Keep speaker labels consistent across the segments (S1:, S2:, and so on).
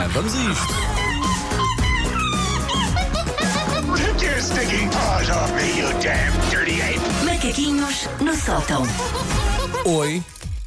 S1: é? Vamos a isto.
S2: Take your stinking paws off me, you damn dirty ape!
S3: Macaquinhos no sótão.
S1: Oi,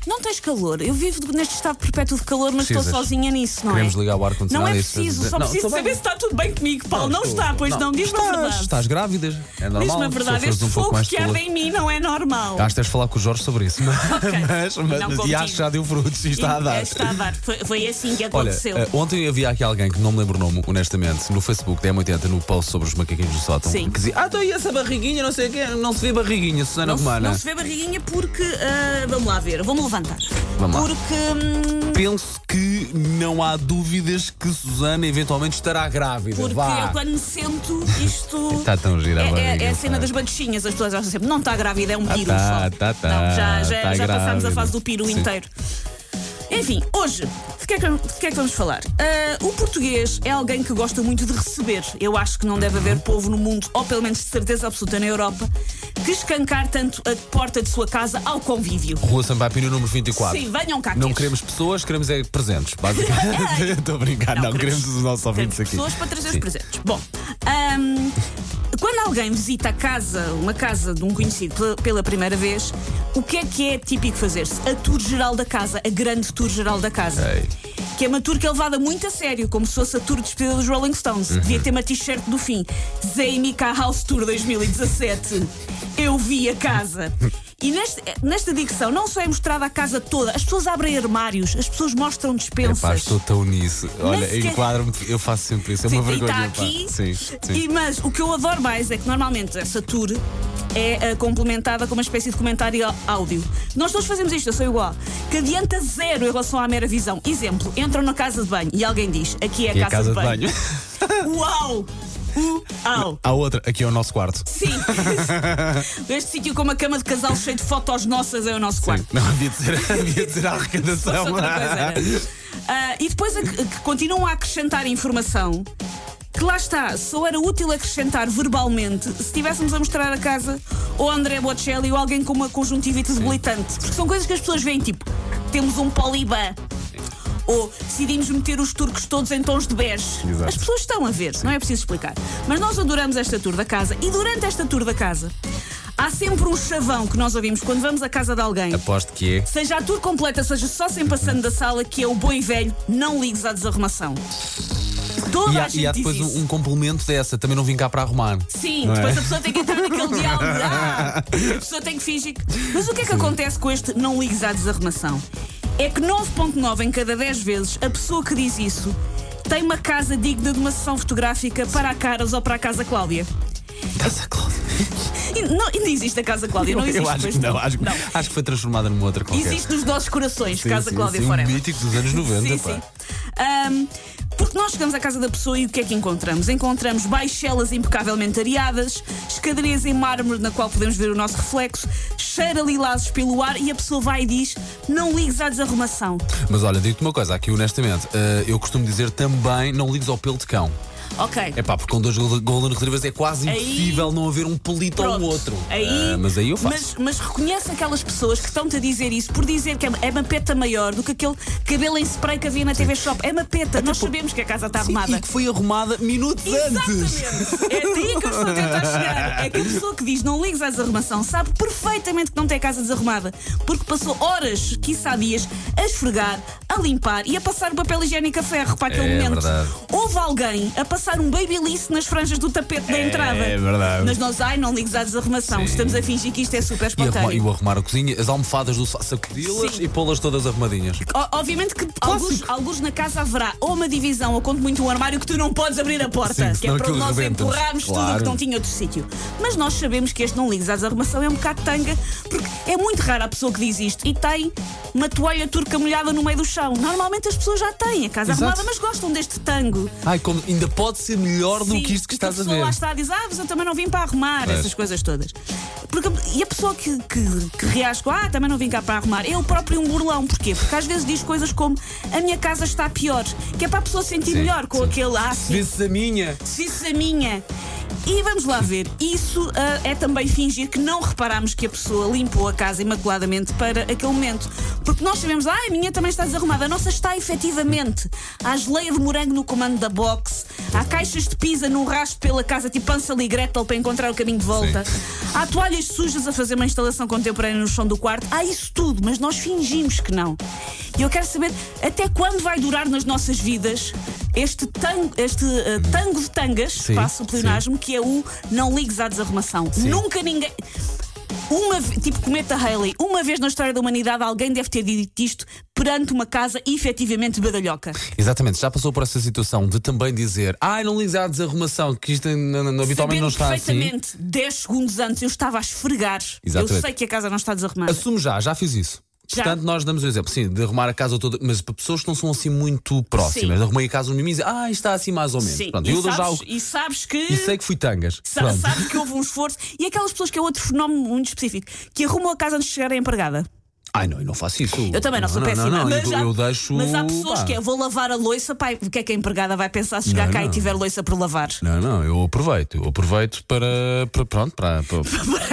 S4: Não tens calor. Eu vivo de- neste estado perpétuo de calor, mas estou
S1: Precisas.
S4: sozinha nisso, não
S1: queremos
S4: é?
S1: ligar o ar-condicionado.
S4: Não é
S1: e isso-
S4: preciso, só
S1: Não,
S4: preciso
S1: estou bem.
S4: saber se está tudo bem comigo, Paulo. Não,
S1: estou-
S4: está, pois não. Diz-me a
S1: estás,
S4: verdade.
S1: Estás grávidas. É normal.
S4: Diz-me a verdade.
S1: sofres
S4: Este
S1: um pouco
S4: fogo
S1: mais
S4: que
S1: de calor.
S4: arde em mim não é normal.
S1: Acho que tens de falar com o Jorge sobre isso. Mas, mas,
S4: Não
S1: mas e
S4: contigo. é,
S1: acho que já deu frutos e está a dar.
S4: Está a dar. Foi, foi assim que
S1: Olha,
S4: aconteceu.
S1: eh, ontem havia aqui alguém que não me lembro o nome, honestamente, no Facebook da M80, no post sobre os macaquinhos do sótão,
S4: Sim.
S1: que dizia: Ah, então e essa barriguinha, não sei o quê, não se vê barriguinha, Susana
S4: não, se-
S1: Romana.
S4: não se vê barriguinha porque. ah, vamos lá ver, vou-me levantar.
S1: Vamos lá.
S4: porque. hum,
S1: Penso que não há dúvidas que Susana eventualmente estará grávida.
S4: Porque eu
S1: Vá.
S4: quando me sento, isto.
S1: Tá tão gira a
S4: é, é,
S1: barriga,
S4: é a cena
S1: pá.
S4: das baduchinhas, as pessoas acham sempre, não está grávida, é um peru
S1: tá,
S4: só.
S1: tá, tá,
S4: não, já, já,
S1: tá
S4: já passámos
S1: grávida.
S4: a fase do peru
S1: Sim.
S4: inteiro. Enfim, hoje, de que é que, de que é que vamos falar? Ah, o português é alguém que gosta muito de receber. Eu acho que não deve
S1: Uhum.
S4: haver povo no mundo, ou pelo menos de certeza absoluta na Europa, que escancar tanto a porta de sua casa ao convívio.
S1: Rua Sampaio Pino, número 24.
S4: Sim, venham cá.
S1: Não
S4: ter.
S1: queremos pessoas, queremos é presentes, basicamente. Estou a brincar, Ah, não, queremos, os nossos
S4: queremos
S1: ouvintes aqui.
S4: pessoas para trazer
S1: Sim.
S4: os presentes. Bom, ahm, quando alguém visita a casa, uma casa de um conhecido pela, pela primeira vez, o que é que é típico fazer-se? A tour geral da casa, a grande tour geral da casa.
S1: Ok.
S4: Que é uma tour que é levada muito a sério, como se fosse a tour de despedida dos Rolling Stones.
S1: Uhum.
S4: Devia ter uma t-shirt do fim. ZMK House Tour 2017. Eu vi a casa. E neste- nesta dicção não só é mostrada a casa toda, as pessoas abrem armários, as pessoas mostram despensas.
S1: Epá, estou tão nisso. Olha,
S4: sequer-
S1: enquadro-me, eu faço sempre isso. É
S4: Sim,
S1: uma
S4: e
S1: vergonha.
S4: está
S1: pá.
S4: aqui.
S1: Sim, sim.
S4: E, mas o que eu adoro mais é que normalmente essa tour é ah, complementada com uma espécie de comentário á- áudio. Nós todos fazemos isto, eu sou igual. Que adianta zero em relação à mera visão. Exemplo, entram na casa de banho e alguém diz: aqui é a
S1: E
S4: casa,
S1: a casa de banho.
S4: Uau! Uau!
S1: Há outra, aqui é o nosso quarto.
S4: Sim! este sítio com uma cama de casal cheio de fotos nossas é o nosso quarto.
S1: Não, havia de ser, havia de ser a arrecadação.
S4: Fosse outra coisa, era. Ah, e depois a, que continuam a acrescentar informação que lá está, só era útil acrescentar verbalmente se estivéssemos a mostrar a casa ou André Bocelli ou alguém com uma conjuntivite debilitante. Porque são coisas que as pessoas veem, tipo, temos um poliban. Ou decidimos meter os turcos todos em tons de bege.
S1: Exato.
S4: As pessoas estão a ver, não é preciso explicar. Mas nós adoramos esta tour da casa e durante esta tour da casa há sempre um chavão que nós ouvimos quando vamos à casa de alguém.
S1: Aposto que é.
S4: Seja a tour completa, seja só sem passando da sala, que é o bom e velho, não ligues à desarrumação. Toda
S1: E
S4: a
S1: há,
S4: gente
S1: e há
S4: diz
S1: depois
S4: isso.
S1: um, um complemento dessa. Também não vim cá para arrumar.
S4: Sim,
S1: Não é?
S4: depois a pessoa tem que entrar naquele diálogo. de, Ah, a pessoa tem que fingir que. Mas o que é que acontece com este não ligues à desarrumação? É que 9,9 em cada 10 vezes a pessoa que diz isso tem uma casa digna de uma sessão fotográfica para a Caras ou para a Casa Cláudia.
S1: Casa Cláudia.
S4: E não, ainda existe a Casa Cláudia, não existe
S1: eu acho
S4: pois
S1: que não, acho, que- acho que foi transformada numa outra qualquer.
S4: Existe nos nossos corações,
S1: Sim,
S4: Casa
S1: sim,
S4: Cláudia
S1: sim, um
S4: Forever.
S1: mítico dos anos 90,
S4: sim,
S1: pá.
S4: sim. Ahm, porque nós chegamos à casa da pessoa e o que é que encontramos? Encontramos baixelas impecavelmente areadas, escadarias em mármore na qual podemos ver o nosso reflexo, cheira lilazes pelo ar e a pessoa vai e diz: Não ligues à desarrumação.
S1: Mas olha, digo-te uma coisa, aqui honestamente, eh, eu costumo dizer também não ligues ao pelo de cão.
S4: Ok.
S1: É pá, porque com dois Golden- Golden Retrievers é quase
S4: Aí-
S1: impossível não haver um pelito ou um
S4: Pronto.
S1: outro.
S4: Aí,
S1: Ah, mas aí eu faço.
S4: Mas, mas reconhece aquelas pessoas que estão-te a dizer isso por dizer que é uma- é uma peta maior do que aquele cabelo em spray que havia na TV Shop. É uma peta. Nós sabemos que a casa está
S1: Sim,
S4: arrumada.
S1: e que foi arrumada minutos antes.
S4: Exatamente! É daí que eu estou a tentar chegar. É que a pessoa que diz não ligues à desarrumação sabe perfeitamente que não tem a casa desarrumada, porque passou horas, quiçá dias, a esfregar, a limpar e a passar o papel higiênico a ferro para aquele
S1: É
S4: momento.
S1: verdade.
S4: Houve alguém a passar um babyliss nas franjas do tapete da entrada.
S1: É verdade.
S4: Mas nós, ai, não ligues à desarrumação. Estamos a fingir que isto é super
S1: E, arrumar, e
S4: espontâneo.
S1: o arrumar a cozinha, as almofadas do sofá, sacudi-las
S4: Sim.
S1: e pô-las todas arrumadinhas.
S4: O- Obviamente que alguns, alguns na casa haverá ou uma divisão ou conto muito um armário que tu não podes abrir a porta,
S1: Sim,
S4: que é
S1: senão
S4: para onde
S1: aquilo
S4: nós
S1: rebenta-nos.
S4: empurrarmos tudo o
S1: Claro.
S4: que não tinha outro sítio. Mas nós sabemos que este não ligues à desarrumação é um bocado tanga, porque é muito rara a pessoa que diz isto e tem uma toalha turca molhada no meio do chão. Normalmente as pessoas já têm a casa
S1: Exato.
S4: arrumada, mas gostam deste tango.
S1: Ai, como ainda pode ser melhor do
S4: Sim,
S1: que isto que
S4: e
S1: estás a
S4: pessoa
S1: ver.
S4: lá está a dizer, ah, mas eu também não vim para arrumar,
S1: Pois.
S4: essas coisas todas. Porque, e a pessoa que, que, que reage com, ah, também não vim cá para arrumar, é o próprio um burlão. Porquê? Porque às vezes diz coisas como, a minha casa está pior, que é para a pessoa sentir
S1: Sim,
S4: melhor com
S1: sim.
S4: aquele, ah,
S1: Se
S4: sim,
S1: visses a minha.
S4: se isso a minha. E vamos lá ver. Isso ah, é também fingir que não reparámos que a pessoa limpou a casa imaculadamente para aquele momento. Porque nós sabemos, ah, a minha também está desarrumada. A nossa está efetivamente. Há geleia de morango no comando da box. Há caixas de pizza num rastro pela casa, tipo Ansel e Gretel, para encontrar o caminho de volta. Há toalhas sujas a fazer uma instalação contemporânea no chão do quarto. Há isso tudo, mas nós fingimos que não. E eu quero saber até quando vai durar nas nossas vidas este tango, este, ah, tango de tangas,
S1: Sim,
S4: passo o plenário, mesmo, que é o não ligues à desarrumação. Nunca ninguém. Uma, ve- tipo cometa Haley, uma vez na história da humanidade alguém deve ter dito isto perante uma casa efetivamente badalhoca.
S1: Exatamente, já passou por essa situação de também dizer ai, não ligues à desarrumação, que isto não- não- habitualmente
S4: Sabendo
S1: não está assim.
S4: perfeitamente 10 segundos antes eu estava a esfregar. Eu
S1: Exatamente.
S4: sei que a casa não está desarrumada.
S1: Assumo já, já fiz isso.
S4: Já.
S1: Portanto, nós damos o exemplo, sim, de arrumar a casa toda, mas para pessoas que não são assim muito próximas,
S4: Sim.
S1: arrumei a casa no mimim e dizer, ah, está assim mais ou menos.
S4: Sim,
S1: Pronto,
S4: e,
S1: eu dou já
S4: sabes,
S1: o...
S4: e sabes que.
S1: E sei que fui tangas.
S4: sa-
S1: Pronto.
S4: sabes que houve um esforço. E aquelas pessoas que é outro fenómeno muito específico, que arrumam a casa antes de chegar à empregada.
S1: Ai, não, eu não faço isso.
S4: Eu também não sou péssima.
S1: Não, não,
S4: mas,
S1: eu,
S4: há,
S1: eu deixo.
S4: mas há pessoas
S1: pá.
S4: que é, vou lavar a louça, pai, o que é que a empregada vai pensar se chegar
S1: Não,
S4: cá e
S1: não.
S4: tiver louça por lavar?
S1: Não, não, eu aproveito. Eu aproveito para. para- pronto, para. para...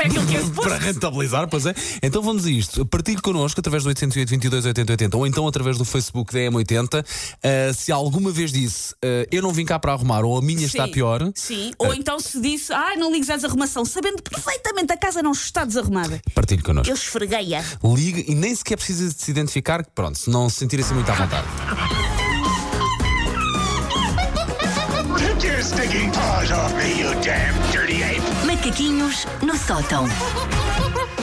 S4: É aquilo que é suposto.
S1: Para rentabilizar, pois é. Então vamos a isto. Partilhe connosco através do 808 22 80 80 ou então através do Facebook da M80. eh, se alguma vez disse eh, eu não vim cá para arrumar ou a minha está
S4: Sim,
S1: pior,
S4: Sim, ou
S1: É.
S4: então se disse, ai, não ligues à desarrumação, sabendo perfeitamente a casa não está desarrumada.
S1: partilhe connosco.
S4: Eu esfreguei-a.
S1: Ligue e nem sequer precisa de se identificar, pronto, se não se sentir assim muito à vontade.
S2: Take your stinking paws off me, you damn dirty ape!
S3: Macaquinhos no sótão.